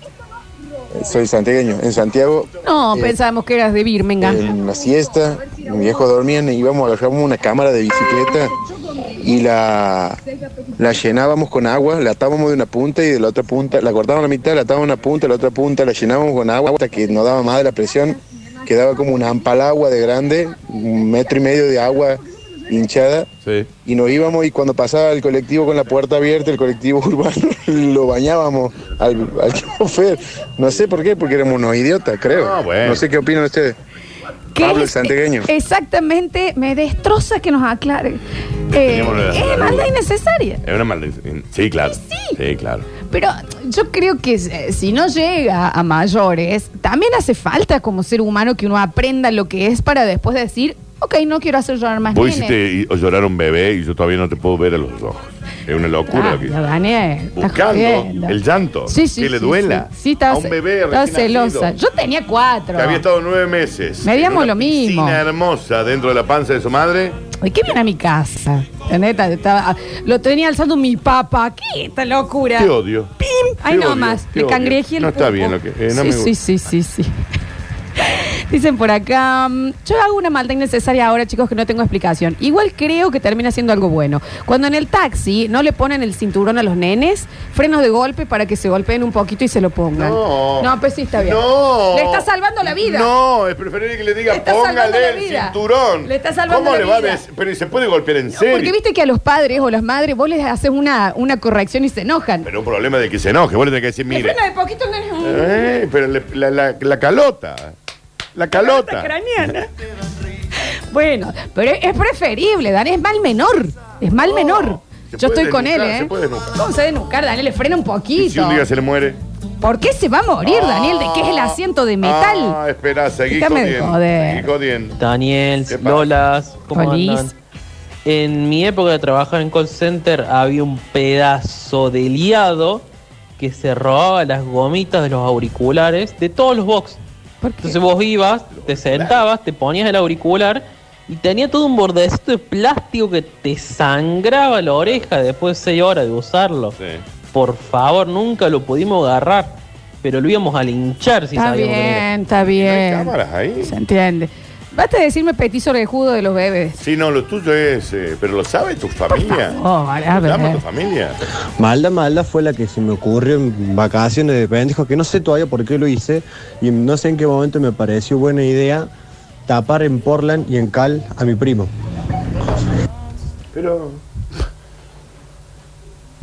[SPEAKER 9] Soy santiagueño. En Santiago,
[SPEAKER 1] No,
[SPEAKER 9] Eh,
[SPEAKER 1] pensábamos que eras de Birmingham.
[SPEAKER 9] en la siesta, mi viejo dormían y íbamos, agarrábamos una cámara de bicicleta y la, la llenábamos con agua, la atábamos de una punta y de la otra punta, la cortábamos a la mitad, la atábamos de una punta, la otra punta, la llenábamos con agua hasta que no daba más de la presión, quedaba como una ampalagua de grande, un metro y medio de agua hinchada
[SPEAKER 2] Sí.
[SPEAKER 9] y nos íbamos y cuando pasaba el colectivo con la puerta abierta, el colectivo urbano, lo bañábamos al, al chofer. No sé por qué, porque éramos unos idiotas, creo.
[SPEAKER 2] Ah, bueno.
[SPEAKER 9] No sé qué opinan ustedes.
[SPEAKER 1] ¿Qué
[SPEAKER 9] Pablo
[SPEAKER 1] es?
[SPEAKER 9] el santiagueño.
[SPEAKER 1] Exactamente, me destroza que nos aclare. Eh,
[SPEAKER 2] Teníamos la- la
[SPEAKER 1] es maldad
[SPEAKER 2] duda.
[SPEAKER 1] innecesaria.
[SPEAKER 2] Es una maldición. Sí, claro.
[SPEAKER 1] Sí.
[SPEAKER 2] claro.
[SPEAKER 1] Pero yo creo que eh, si no llega a mayores, también hace falta como ser humano que uno aprenda lo que es para después decir, ok, no quiero hacer llorar más
[SPEAKER 2] Vos
[SPEAKER 1] nenes.
[SPEAKER 2] hiciste i- o llorar a un bebé y yo todavía no te puedo ver a los ojos. Es una locura
[SPEAKER 1] Ah,
[SPEAKER 2] lo que-
[SPEAKER 1] ya, Daniel, estás jodiendo.
[SPEAKER 2] Buscando el llanto.
[SPEAKER 1] Sí, sí,
[SPEAKER 2] Que le
[SPEAKER 1] sí,
[SPEAKER 2] duela.
[SPEAKER 1] Sí, sí estaba
[SPEAKER 2] a un
[SPEAKER 1] ce-
[SPEAKER 2] bebé
[SPEAKER 1] estaba
[SPEAKER 2] recién
[SPEAKER 1] celosa.
[SPEAKER 2] nacido.
[SPEAKER 1] Yo tenía cuatro.
[SPEAKER 2] Que había estado nueve meses.
[SPEAKER 1] Medíamos
[SPEAKER 2] en una
[SPEAKER 1] lo mismo.
[SPEAKER 2] piscina hermosa dentro de la panza de su madre.
[SPEAKER 1] Ay, ¿Qué viene a mi casa? ¿Entendés? Ta- estaba- lo tenía alzando mi papá. ¿Qué esta locura?
[SPEAKER 2] Te odio.
[SPEAKER 1] ¡Pim! Ahí
[SPEAKER 2] Te odio,
[SPEAKER 1] nomás.
[SPEAKER 2] te
[SPEAKER 1] Le
[SPEAKER 2] odio.
[SPEAKER 1] cangrejé el
[SPEAKER 2] No está
[SPEAKER 1] pulpo.
[SPEAKER 2] bien lo que- eh, no
[SPEAKER 1] sí,
[SPEAKER 2] me
[SPEAKER 1] sí,
[SPEAKER 2] gusta.
[SPEAKER 1] sí, sí, sí. Dicen por acá, mm, yo hago una maldad innecesaria ahora, chicos, que no tengo explicación. Igual creo que termina siendo algo bueno. Cuando en el taxi no le ponen el cinturón a los nenes, frenos de golpe para que se golpeen un poquito y se lo pongan.
[SPEAKER 2] No.
[SPEAKER 1] No, pues sí está bien.
[SPEAKER 2] No.
[SPEAKER 1] Le está salvando la vida.
[SPEAKER 2] No, es preferible que le
[SPEAKER 1] Le
[SPEAKER 2] diga
[SPEAKER 1] está salvando
[SPEAKER 2] póngale
[SPEAKER 1] la
[SPEAKER 2] el
[SPEAKER 1] vida.
[SPEAKER 2] cinturón.
[SPEAKER 1] Le está salvando
[SPEAKER 2] ¿Cómo
[SPEAKER 1] la
[SPEAKER 2] le va a
[SPEAKER 1] vida.
[SPEAKER 2] decir? Pero se puede golpear en serio.
[SPEAKER 1] Porque viste que a los padres o las madres vos les haces una, una corrección y se enojan.
[SPEAKER 2] Pero un problema de que se enoje. Vos le tenés que decir,
[SPEAKER 1] Le
[SPEAKER 2] mire.
[SPEAKER 1] frena de poquito el nene.
[SPEAKER 2] Eh, pero le- la, la- la calota. La
[SPEAKER 1] Pelota
[SPEAKER 2] calota.
[SPEAKER 1] craniana. Bueno, pero es- es preferible, Dan, es mal menor. Es mal
[SPEAKER 2] No,
[SPEAKER 1] menor.
[SPEAKER 2] se
[SPEAKER 1] Yo
[SPEAKER 2] puede
[SPEAKER 1] estoy con él,
[SPEAKER 2] desnucar,
[SPEAKER 1] ¿eh?
[SPEAKER 2] se puede desnucar.
[SPEAKER 1] ¿Cómo se denucar, Daniel? Le frena un
[SPEAKER 2] Y si
[SPEAKER 1] poquito.
[SPEAKER 2] un día se Ah. le muere.
[SPEAKER 1] ¿Por qué se va a morir, Daniel? ¿De qué es el asiento de metal?
[SPEAKER 2] Ah, espera, seguí
[SPEAKER 1] Déjame de
[SPEAKER 2] jodiendo.
[SPEAKER 1] joder.
[SPEAKER 2] Seguí jodiendo.
[SPEAKER 10] Daniel,
[SPEAKER 2] ¿Qué pasa?
[SPEAKER 10] Lolas, ¿cómo
[SPEAKER 1] Olis.
[SPEAKER 10] andan? En mi época de trabajar en call center había un pedazo de liado que se robaba las gomitas de los auriculares de todos los box.
[SPEAKER 1] ¿Por qué?
[SPEAKER 10] Entonces vos ibas, te sentabas, te ponías el auricular y tenía todo un bordecito de plástico que te sangraba la oreja después de 6 horas de usarlo.
[SPEAKER 2] Sí.
[SPEAKER 10] Por favor, nunca lo pudimos agarrar, pero lo íbamos a linchar si
[SPEAKER 1] está
[SPEAKER 10] sabíamos que era.
[SPEAKER 1] bien, está
[SPEAKER 2] ¿No hay
[SPEAKER 1] bien.
[SPEAKER 2] cámaras ahí?
[SPEAKER 1] Se entiende. Basta de decirme petiso orejudo de los bebés.
[SPEAKER 2] Sí, no, lo tuyo es. eh, pero lo sabe tu familia.
[SPEAKER 1] Oh, vale, a
[SPEAKER 2] ¿Lo llama
[SPEAKER 1] ver.
[SPEAKER 2] tu familia?
[SPEAKER 4] Malda, malda fue la que se me ocurrió en vacaciones de pendejo, que no sé todavía por qué lo hice y no sé en qué momento me pareció buena idea tapar en Portland y en Cal a mi primo.
[SPEAKER 2] Pero.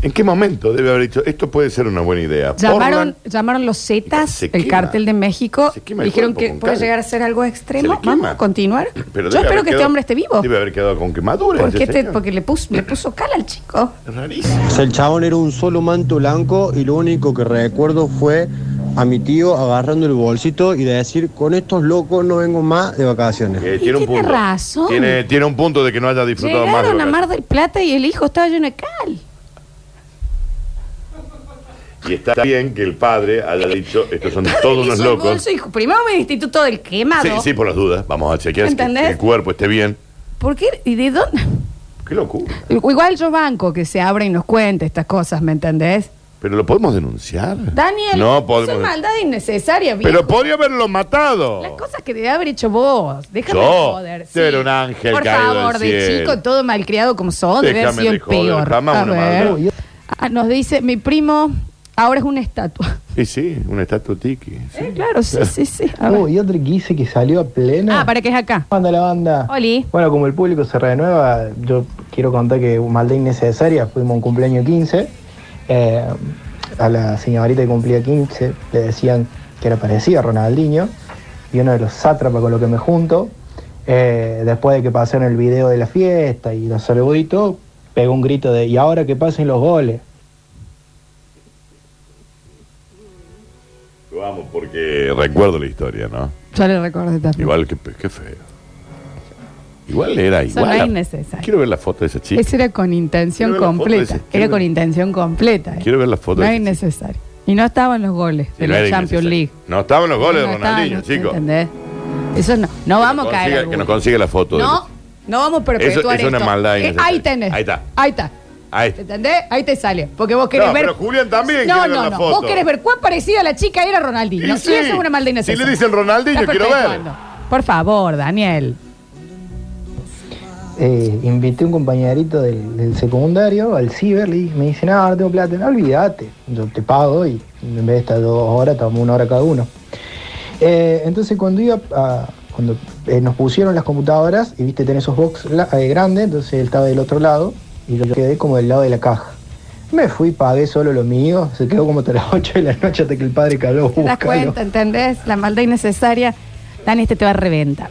[SPEAKER 2] ¿En qué momento debe haber dicho esto puede ser una buena idea?
[SPEAKER 1] Llamaron,
[SPEAKER 2] Portland,
[SPEAKER 1] llamaron los Zetas,
[SPEAKER 2] Se
[SPEAKER 1] el
[SPEAKER 2] quema.
[SPEAKER 1] cartel de México.
[SPEAKER 2] Se quema el
[SPEAKER 1] Dijeron
[SPEAKER 2] cuerpo
[SPEAKER 1] que
[SPEAKER 2] con
[SPEAKER 1] puede
[SPEAKER 2] cal.
[SPEAKER 1] llegar a ser algo
[SPEAKER 2] se le
[SPEAKER 1] extremo.
[SPEAKER 2] quema.
[SPEAKER 1] Vamos a continuar.
[SPEAKER 2] Pero debe
[SPEAKER 1] Yo espero
[SPEAKER 2] haber
[SPEAKER 1] que este
[SPEAKER 2] quedado-
[SPEAKER 1] hombre esté vivo.
[SPEAKER 2] Debe haber quedado con quemaduras.
[SPEAKER 1] Porque,
[SPEAKER 2] ese
[SPEAKER 1] este-
[SPEAKER 2] señor. Eh,
[SPEAKER 1] porque le, puso, le puso cal al chico.
[SPEAKER 2] Es rarísimo.
[SPEAKER 4] O sea, el chabón era un solo manto blanco y lo único que recuerdo fue a mi tío agarrando el bolsito y de decir, con estos locos no vengo más de vacaciones.
[SPEAKER 2] Eh,
[SPEAKER 1] Y
[SPEAKER 2] tiene un
[SPEAKER 1] tiene
[SPEAKER 2] punto.
[SPEAKER 1] razón.
[SPEAKER 2] Tiene, tiene un punto de que no haya disfrutado más. de
[SPEAKER 1] Llegaron a Mar
[SPEAKER 2] vacaciones.
[SPEAKER 1] del Plata y el hijo estaba lleno de cal.
[SPEAKER 2] Y está bien que el padre haya dicho, estos son
[SPEAKER 1] Padre
[SPEAKER 2] todos
[SPEAKER 1] hizo
[SPEAKER 2] unos
[SPEAKER 1] el
[SPEAKER 2] locos.
[SPEAKER 1] bolso y dijo, primero me instituto del quemado.
[SPEAKER 2] Sí, sí, por las dudas. Vamos a chequear que-
[SPEAKER 1] ¿Entendés?
[SPEAKER 2] que el cuerpo esté bien.
[SPEAKER 1] ¿Por qué? ¿Y de dónde?
[SPEAKER 2] Qué locura.
[SPEAKER 1] Igual yo banco que se abra y nos cuente estas cosas, ¿me entendés?
[SPEAKER 2] Pero lo podemos denunciar.
[SPEAKER 1] Daniel,
[SPEAKER 2] No
[SPEAKER 1] son
[SPEAKER 2] podemos.
[SPEAKER 1] maldad innecesaria, viejo.
[SPEAKER 2] Pero podría haberlo matado.
[SPEAKER 1] Las cosas que debe haber hecho vos. Déjame
[SPEAKER 2] Yo.
[SPEAKER 1] de joder.
[SPEAKER 2] Yo era un ángel
[SPEAKER 1] Por
[SPEAKER 2] caído
[SPEAKER 1] favor,
[SPEAKER 2] del
[SPEAKER 1] de
[SPEAKER 2] cielo.
[SPEAKER 1] chico, todo malcriado como son, debe haber
[SPEAKER 2] Déjame
[SPEAKER 1] sido
[SPEAKER 2] de
[SPEAKER 1] el
[SPEAKER 2] joder,
[SPEAKER 1] peor.
[SPEAKER 2] jamás
[SPEAKER 1] A
[SPEAKER 2] una
[SPEAKER 1] ver.
[SPEAKER 2] maldad.
[SPEAKER 1] Ah, nos dice, mi primo ahora es una estatua.
[SPEAKER 2] Y sí, una estatua tiki. sí.
[SPEAKER 1] Eh, claro, sí, sí, sí. A ver.
[SPEAKER 4] y otro que hice que salió a pleno.
[SPEAKER 1] Ah, para que es acá.
[SPEAKER 4] banda la banda.
[SPEAKER 1] Oli.
[SPEAKER 4] Bueno, como el público se renueva, yo quiero contar que maldad innecesaria, fuimos a un cumpleaños 15. eh, a la señorita que cumplía 15 le decían que era parecida a Ronaldinho y uno de los sátrapas con lo que me junto. eh, después de que pasaron el video de la fiesta y los saluditos, pegó un grito de: ¿Y ahora que pasen los goles?
[SPEAKER 2] Lo amo porque recuerdo la historia, ¿no?
[SPEAKER 1] Yo le recordé también.
[SPEAKER 2] Igual que qué feo. Igual era
[SPEAKER 1] Eso no
[SPEAKER 2] igual.
[SPEAKER 1] es
[SPEAKER 2] a-
[SPEAKER 1] innecesario.
[SPEAKER 2] Quiero ver la foto de esa chica.
[SPEAKER 1] Eso era con intención
[SPEAKER 2] Quiero ver la foto de ese-
[SPEAKER 1] completa.
[SPEAKER 2] quiero
[SPEAKER 1] Era
[SPEAKER 2] ver-
[SPEAKER 1] con intención completa. eh.
[SPEAKER 2] Quiero ver la foto
[SPEAKER 1] No
[SPEAKER 2] de
[SPEAKER 1] es
[SPEAKER 2] ese chico.
[SPEAKER 1] necesario. Y no estaban los goles
[SPEAKER 2] Sí,
[SPEAKER 1] de
[SPEAKER 2] no
[SPEAKER 1] la
[SPEAKER 2] era
[SPEAKER 1] Champions
[SPEAKER 2] innecesario.
[SPEAKER 1] League.
[SPEAKER 2] No estaban los goles
[SPEAKER 1] No
[SPEAKER 2] de
[SPEAKER 1] estaban,
[SPEAKER 2] Ronaldinho, chicos.
[SPEAKER 1] ¿Entendés? Eso no. No vamos a
[SPEAKER 2] Que
[SPEAKER 1] caer.
[SPEAKER 2] consiga-
[SPEAKER 1] al
[SPEAKER 2] Que nos
[SPEAKER 1] bulto.
[SPEAKER 2] consiga la foto. de-
[SPEAKER 1] No, no vamos a perpetuar
[SPEAKER 2] Eso es una
[SPEAKER 1] esto.
[SPEAKER 2] maldad
[SPEAKER 1] Eh,
[SPEAKER 2] innecesaria.
[SPEAKER 1] ahí tenés.
[SPEAKER 2] Ahí está.
[SPEAKER 1] Ahí está.
[SPEAKER 2] Ahí está.
[SPEAKER 1] ¿Entendés? Ahí te sale. Porque vos querés
[SPEAKER 2] No,
[SPEAKER 1] ver.
[SPEAKER 2] pero Julián también
[SPEAKER 1] No,
[SPEAKER 2] quiere ver
[SPEAKER 1] no,
[SPEAKER 2] la
[SPEAKER 1] no.
[SPEAKER 2] foto.
[SPEAKER 1] Vos querés ver cuán parecida la chica era a Ronaldinho.
[SPEAKER 2] Y
[SPEAKER 1] Y,
[SPEAKER 2] sí.
[SPEAKER 1] eso es una maldad
[SPEAKER 2] Si le
[SPEAKER 1] innecesaria.
[SPEAKER 2] dicen Ronaldinho,
[SPEAKER 1] Está
[SPEAKER 2] quiero ver.
[SPEAKER 1] perpetuando. Por favor, Daniel.
[SPEAKER 4] eh, invité a un compañerito del, del secundario al ciber, le dije- me dice, no, no tengo plata, no olvídate, yo te pago y en vez de estar dos horas, tomamos una hora cada uno. Eh, entonces cuando iba a, cuando eh, nos pusieron las computadoras y viste, tenés esos box la- eh, grandes, entonces él estaba del otro lado y yo quedé como del lado de la caja. Me fui, pagué solo lo mío, se quedó como hasta las 8 de la noche hasta que el padre caló.
[SPEAKER 1] ¿Te das
[SPEAKER 4] buscarlo.
[SPEAKER 1] cuenta, entendés? La maldad innecesaria. Dani, este te va a reventar.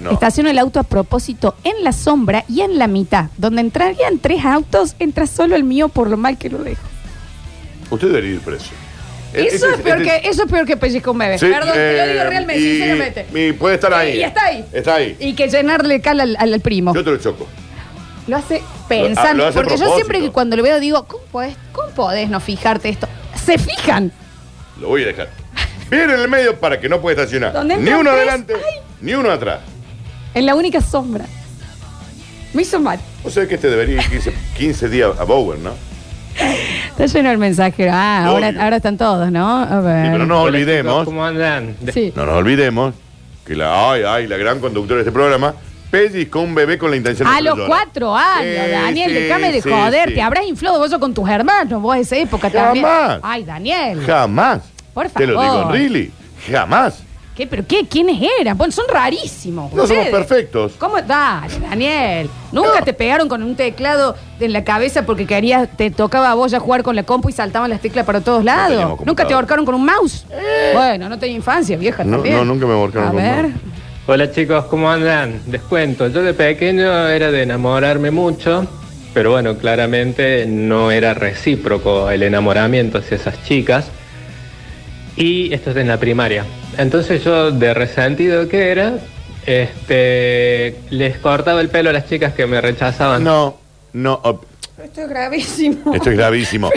[SPEAKER 2] No.
[SPEAKER 1] Estaciona el auto a propósito en la sombra y en la mitad. Donde entrarían tres autos, entra solo el mío por lo mal que lo dejo.
[SPEAKER 2] Usted debería ir preso. E-, Eh,
[SPEAKER 1] Eso, es peor que, eso es peor que pellizco un bebé. Perdón, te lo digo realmente,
[SPEAKER 2] este- y,
[SPEAKER 1] sinceramente.
[SPEAKER 2] Y puede estar ahí. eh.
[SPEAKER 1] Y está ahí.
[SPEAKER 2] Está ahí.
[SPEAKER 1] Y que llenarle cal al, al- al primo.
[SPEAKER 2] Yo te lo choco.
[SPEAKER 1] Lo hace pensando.
[SPEAKER 2] lo hace a
[SPEAKER 1] porque yo
[SPEAKER 2] propósito.
[SPEAKER 1] siempre que cuando lo veo digo, ¿cómo podés, cómo podés no fijarte esto? Se fijan.
[SPEAKER 2] Lo voy a dejar. Bien en el medio para que no pueda estacionar.
[SPEAKER 1] ¿Dónde
[SPEAKER 2] Ni
[SPEAKER 1] entran
[SPEAKER 2] uno
[SPEAKER 1] tres?
[SPEAKER 2] adelante, ni uno atrás.
[SPEAKER 1] En la única sombra. Me hizo mal.
[SPEAKER 2] O sea que este debería ir 15, 15 días a Bowen, ¿no?
[SPEAKER 1] Está lleno el mensajero. Ah, ahora,
[SPEAKER 2] Obvio.
[SPEAKER 1] ahora están todos, ¿no? A ver.
[SPEAKER 2] Sí, pero no nos olvidemos,
[SPEAKER 8] ¿Cómo andan? De-
[SPEAKER 1] Sí.
[SPEAKER 2] no nos olvidemos que la, ay, ay, la gran conductora de este programa pellizcó un bebé con la intención de
[SPEAKER 1] A
[SPEAKER 2] que lo
[SPEAKER 1] los
[SPEAKER 2] llore.
[SPEAKER 1] cuatro años,
[SPEAKER 2] Sí,
[SPEAKER 1] Daniel,
[SPEAKER 2] sí,
[SPEAKER 1] déjame de
[SPEAKER 2] sí,
[SPEAKER 1] joder.
[SPEAKER 2] sí.
[SPEAKER 1] Te habrás inflado vos con tus hermanos, vos esa época también.
[SPEAKER 2] Jamás.
[SPEAKER 1] Ay, Daniel.
[SPEAKER 2] Jamás.
[SPEAKER 1] Por
[SPEAKER 2] Te lo digo,
[SPEAKER 1] favor.
[SPEAKER 2] really. Jamás.
[SPEAKER 1] ¿Qué? ¿Pero qué? ¿Quiénes eran? Bueno, son rarísimos.
[SPEAKER 2] No somos
[SPEAKER 1] Ustedes.
[SPEAKER 2] perfectos.
[SPEAKER 1] ¿Cómo? Dale, Daniel. ¿Nunca te pegaron con un teclado en la cabeza porque querías, te tocaba a vos ya jugar con la compu y saltaban las teclas para todos lados?
[SPEAKER 2] teníamos
[SPEAKER 1] ¿Nunca te
[SPEAKER 2] computadora. Eh.
[SPEAKER 1] ahorcaron con un mouse? Bueno, no tenía infancia, vieja
[SPEAKER 2] No,
[SPEAKER 1] también.
[SPEAKER 2] no, nunca me ahorcaron
[SPEAKER 1] a
[SPEAKER 2] con un
[SPEAKER 1] ver.
[SPEAKER 2] mouse.
[SPEAKER 8] Hola chicos, ¿cómo andan? Les cuento, yo de pequeño era de enamorarme mucho, pero bueno, claramente no era recíproco el enamoramiento hacia esas chicas. Y esto es en la primaria. Entonces yo, de resentido que era, este, les cortaba el pelo a las chicas que me rechazaban.
[SPEAKER 2] No, no. op-
[SPEAKER 1] Esto es gravísimo.
[SPEAKER 2] Esto es gravísimo.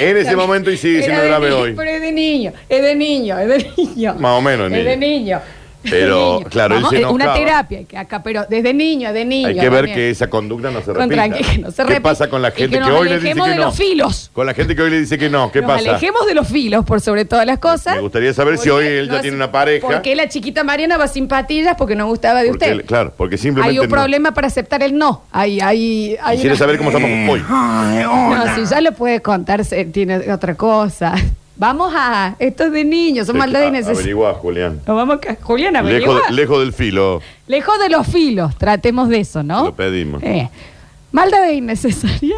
[SPEAKER 2] en ese momento y sigue
[SPEAKER 1] Era
[SPEAKER 2] siendo
[SPEAKER 1] de
[SPEAKER 2] grave
[SPEAKER 1] niño,
[SPEAKER 2] hoy.
[SPEAKER 1] Pero es de niño, es de niño, es de niño.
[SPEAKER 2] Más o menos,
[SPEAKER 1] Es de
[SPEAKER 2] niño.
[SPEAKER 1] niño.
[SPEAKER 2] Pero,
[SPEAKER 1] de niño.
[SPEAKER 2] claro, él
[SPEAKER 1] Vamos,
[SPEAKER 2] se
[SPEAKER 1] eh, Una
[SPEAKER 2] enojaba.
[SPEAKER 1] terapia que acá, pero desde niño, de niño.
[SPEAKER 2] Hay que ver
[SPEAKER 1] Daniel.
[SPEAKER 2] que esa conducta no se
[SPEAKER 1] Con
[SPEAKER 2] repita.
[SPEAKER 1] tranqui- que no se
[SPEAKER 2] ¿Qué
[SPEAKER 1] repita.
[SPEAKER 2] pasa con la
[SPEAKER 1] Y que
[SPEAKER 2] gente que,
[SPEAKER 1] nos
[SPEAKER 2] hoy le dice
[SPEAKER 1] alejemos
[SPEAKER 2] que
[SPEAKER 1] de
[SPEAKER 2] no?
[SPEAKER 1] los filos.
[SPEAKER 2] Con la gente que hoy le dice que no, ¿qué
[SPEAKER 1] Nos
[SPEAKER 2] pasa?
[SPEAKER 1] alejemos de los filos por sobre todas las cosas.
[SPEAKER 2] Me gustaría saber si
[SPEAKER 1] Porque
[SPEAKER 2] hoy él ya
[SPEAKER 1] no
[SPEAKER 2] tiene
[SPEAKER 1] es-
[SPEAKER 2] una pareja.
[SPEAKER 1] ¿Por qué la chiquita Mariana va sin patillas? Porque no gustaba de
[SPEAKER 2] Porque
[SPEAKER 1] usted.
[SPEAKER 2] él- claro, porque simplemente
[SPEAKER 1] Hay un
[SPEAKER 2] no.
[SPEAKER 1] problema para aceptar el no. Hay, hay, hay
[SPEAKER 2] Quisiera
[SPEAKER 1] una-
[SPEAKER 2] saber cómo estamos hoy.
[SPEAKER 1] No, si ya lo puede contar, se- tiene otra cosa. Vamos a. Esto es de niños, son maldades
[SPEAKER 2] A-
[SPEAKER 1] innecesarias.
[SPEAKER 2] Averigua, Julián.
[SPEAKER 1] Nos vamos acá. Julián,
[SPEAKER 2] Lejos,
[SPEAKER 1] averigua.
[SPEAKER 2] de- lejos del filo.
[SPEAKER 1] Lejos de los filos, tratemos de eso, ¿no?
[SPEAKER 2] Lo pedimos.
[SPEAKER 1] Eh. Maldad innecesaria.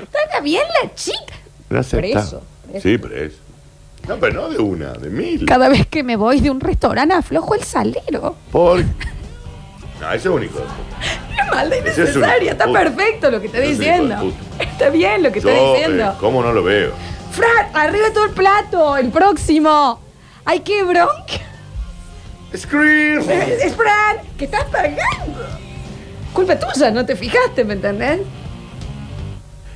[SPEAKER 1] Está bien la chica.
[SPEAKER 2] No acepta.
[SPEAKER 1] Preso, preso.
[SPEAKER 2] Sí, preso. No, pero no de una, de mil.
[SPEAKER 1] Cada vez que me voy de un restaurante aflojo el salero.
[SPEAKER 2] Por. No, eso es único.
[SPEAKER 1] Qué maldad
[SPEAKER 2] Ese es un
[SPEAKER 1] innecesaria. Está
[SPEAKER 2] hijo de puta.
[SPEAKER 1] perfecto lo que está
[SPEAKER 2] Ese es un hijo de
[SPEAKER 1] diciendo. Está bien lo que está
[SPEAKER 2] Yo, eh,
[SPEAKER 1] diciendo.
[SPEAKER 2] ¿Cómo no lo veo?
[SPEAKER 1] Fran, arriba todo el plato, el próximo. Ay, qué bronca.
[SPEAKER 2] Scream.
[SPEAKER 1] Es es Eh, Fran, que estás pagando. Culpa tuya, no te fijaste, ¿me entendés?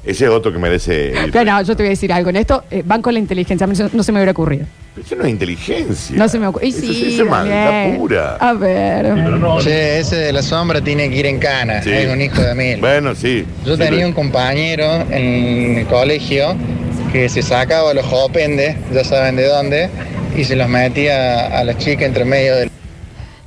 [SPEAKER 2] Ese es otro que merece. ir.
[SPEAKER 1] Pero no, yo te voy a decir algo. En esto, eh, van con la inteligencia. A mí eso no se me hubiera ocurrido.
[SPEAKER 2] Eso no es inteligencia.
[SPEAKER 1] No se me ocurre. Y
[SPEAKER 2] Eso,
[SPEAKER 1] sí, Ah,
[SPEAKER 2] eso es maldad
[SPEAKER 1] Daniel.
[SPEAKER 2] pura.
[SPEAKER 1] A ver.
[SPEAKER 11] Che, ese de la sombra tiene que ir en cana,
[SPEAKER 2] Sí.
[SPEAKER 11] es un hijo de mil.
[SPEAKER 2] Bueno, sí.
[SPEAKER 11] Yo
[SPEAKER 2] Sí,
[SPEAKER 11] tenía
[SPEAKER 2] lo-
[SPEAKER 11] un compañero en el colegio que se sacaba los jopendes, ya saben de dónde, y se los metía a la chica entre medio del...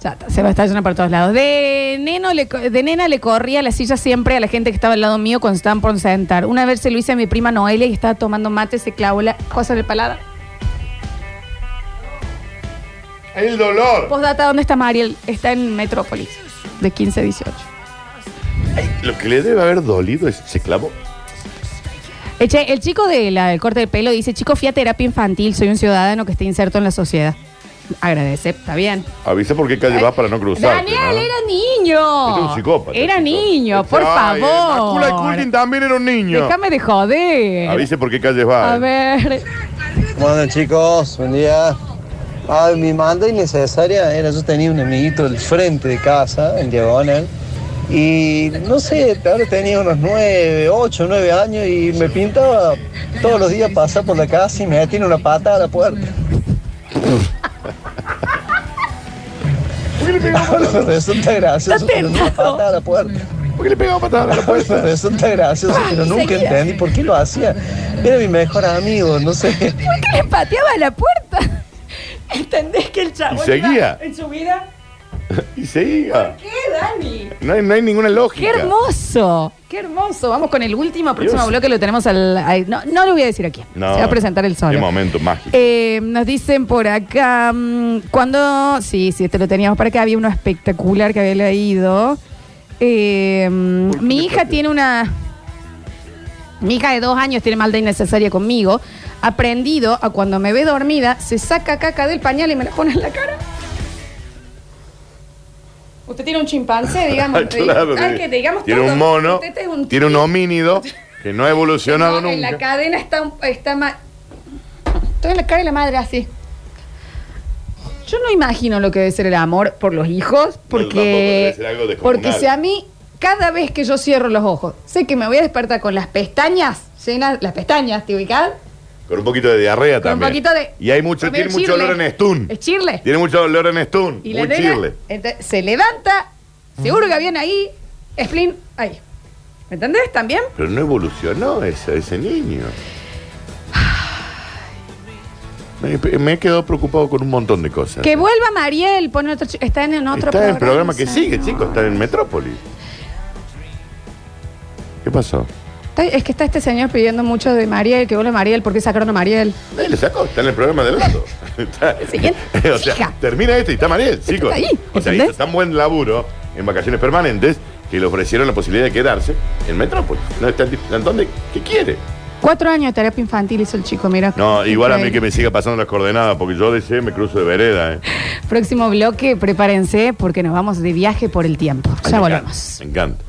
[SPEAKER 1] Ya está, se va a estar lleno para todos lados. De, neno le co- de nena le corría la silla siempre a la gente que estaba al lado mío cuando estaban por sentar. Una vez se lo hice a mi prima Noelia y estaba tomando mate, se clavó la cosa en el paladar.
[SPEAKER 2] El dolor.
[SPEAKER 1] Postdata, ¿dónde está Mariel? Está en Metrópolis, de 15 a 18.
[SPEAKER 2] Lo que le debe haber dolido es se clavó.
[SPEAKER 1] Eh, che, el chico del corte de pelo dice, chico, fui a terapia infantil, soy un ciudadano que está inserto en la sociedad. Agradece, está bien.
[SPEAKER 2] Avisa por qué calle vas para no cruzar.
[SPEAKER 1] Eh, Daniel, era niño.
[SPEAKER 2] Era Este un psicópata.
[SPEAKER 1] Oh,
[SPEAKER 2] Este
[SPEAKER 1] Era
[SPEAKER 2] chico.
[SPEAKER 1] niño, por
[SPEAKER 2] Ay,
[SPEAKER 1] favor.
[SPEAKER 2] Macula y Culkin también era un niño. eh.
[SPEAKER 1] Déjame de joder.
[SPEAKER 2] Avise por qué calle vas.
[SPEAKER 1] A ver.
[SPEAKER 6] Bueno chicos, buen día. Ay, mi manda innecesaria era, yo tenía un amiguito al frente de casa, en diagonal, y no sé, ahora tenía unos 9, 8, 9 años y me pintaba todos los días pasar por la casa y me metía una pata a la puerta. Ahora resulta gracioso,
[SPEAKER 1] Está
[SPEAKER 6] pero una
[SPEAKER 1] tentado.
[SPEAKER 6] pata a la puerta.
[SPEAKER 2] ¿Por qué le pegaba patada a la
[SPEAKER 6] Eso
[SPEAKER 2] puerta?
[SPEAKER 6] resulta gracioso,
[SPEAKER 1] Ah,
[SPEAKER 6] pero
[SPEAKER 1] y
[SPEAKER 6] nunca
[SPEAKER 1] seguía.
[SPEAKER 6] entendí por qué lo hacía. Era mi mejor amigo, no sé.
[SPEAKER 1] ¿Por qué le pateaba a la puerta? ¿Entendés que el chavo
[SPEAKER 2] Y seguía.
[SPEAKER 1] en su vida?
[SPEAKER 2] y se iba.
[SPEAKER 1] ¿Qué, Dani.
[SPEAKER 2] No hay, no hay ninguna
[SPEAKER 1] Qué
[SPEAKER 2] lógica.
[SPEAKER 1] hermoso, qué hermoso. Vamos con el último, próximo
[SPEAKER 2] Dios.
[SPEAKER 1] bloque, lo tenemos al... al- no, no le voy a decir aquí.
[SPEAKER 2] No,
[SPEAKER 1] Se va a presentar el sol.
[SPEAKER 2] Qué momento mágico.
[SPEAKER 1] Eh, nos dicen por acá, mm, cuando, sí, sí, este lo teníamos para acá, había uno espectacular que había leído. Eh, mm, mi hija tiene una, mi hija de dos años tiene maldad innecesaria conmigo, aprendido a cuando me ve dormida, se saca caca del pañal y me la pone en la cara. Usted tiene un chimpancé, digamos.
[SPEAKER 2] Ah, claro,
[SPEAKER 1] Ah,
[SPEAKER 2] sí.
[SPEAKER 1] que digamos
[SPEAKER 2] tiene
[SPEAKER 1] todo.
[SPEAKER 2] un mono,
[SPEAKER 1] Usted este es un-
[SPEAKER 2] tiene un homínido que no ha evolucionado
[SPEAKER 1] no, en
[SPEAKER 2] nunca.
[SPEAKER 1] la cadena está, un- está ma- Estoy en la cara de la madre así. Yo no imagino lo que debe ser el amor por los hijos,
[SPEAKER 2] tampoco debe
[SPEAKER 1] porque,
[SPEAKER 2] ser algo descomunal.
[SPEAKER 1] porque si a mí, cada vez que yo cierro los ojos, sé que me voy a despertar con las pestañas, llenas, las pestañas, ¿te ubicás?
[SPEAKER 2] Con un poquito de diarrea
[SPEAKER 1] Con un
[SPEAKER 2] también.
[SPEAKER 1] poquito de-
[SPEAKER 2] Y hay mucho,
[SPEAKER 1] Con
[SPEAKER 2] tiene
[SPEAKER 1] el
[SPEAKER 2] mucho
[SPEAKER 1] chirle.
[SPEAKER 2] olor en Stun.
[SPEAKER 1] Es chirle.
[SPEAKER 2] Tiene mucho olor en Stun.
[SPEAKER 1] Y
[SPEAKER 2] Muy
[SPEAKER 1] la nena
[SPEAKER 2] chirle.
[SPEAKER 1] ente- se levanta, se hurga bien ahí, spleen, ahí. ¿Me entendés? También.
[SPEAKER 2] Pero no evolucionó ese, ese niño. Me, me he quedado preocupado con un montón de cosas.
[SPEAKER 1] Que vuelva Mariel, pone otro chi- está en otro
[SPEAKER 2] está en el programa que
[SPEAKER 1] sí.
[SPEAKER 2] sigue, chicos, está en Metrópolis. ¿Qué pasó?
[SPEAKER 1] Está- Es que está este señor pidiendo mucho de Mariel, que vuelva Mariel, ¿por qué sacaron a Mariel?
[SPEAKER 2] Nadie le sacó, está en el programa del lado. Está- o sea, termina este y está Mariel, chicos.
[SPEAKER 1] ahí,
[SPEAKER 2] o sea, hizo tan buen laburo en vacaciones permanentes que le ofrecieron la posibilidad de quedarse en Metrópolis. No, está, en ¿Dónde? ¿Qué quiere?
[SPEAKER 1] Cuatro años de terapia infantil hizo el chico, mira.
[SPEAKER 2] No, igual a mí
[SPEAKER 1] Increíble.
[SPEAKER 2] que me siga pasando las coordenadas, porque yo deseo me cruzo de vereda. ¿eh?
[SPEAKER 1] Próximo bloque, prepárense porque nos vamos de viaje por el tiempo. Ya volvemos.
[SPEAKER 2] Me encanta.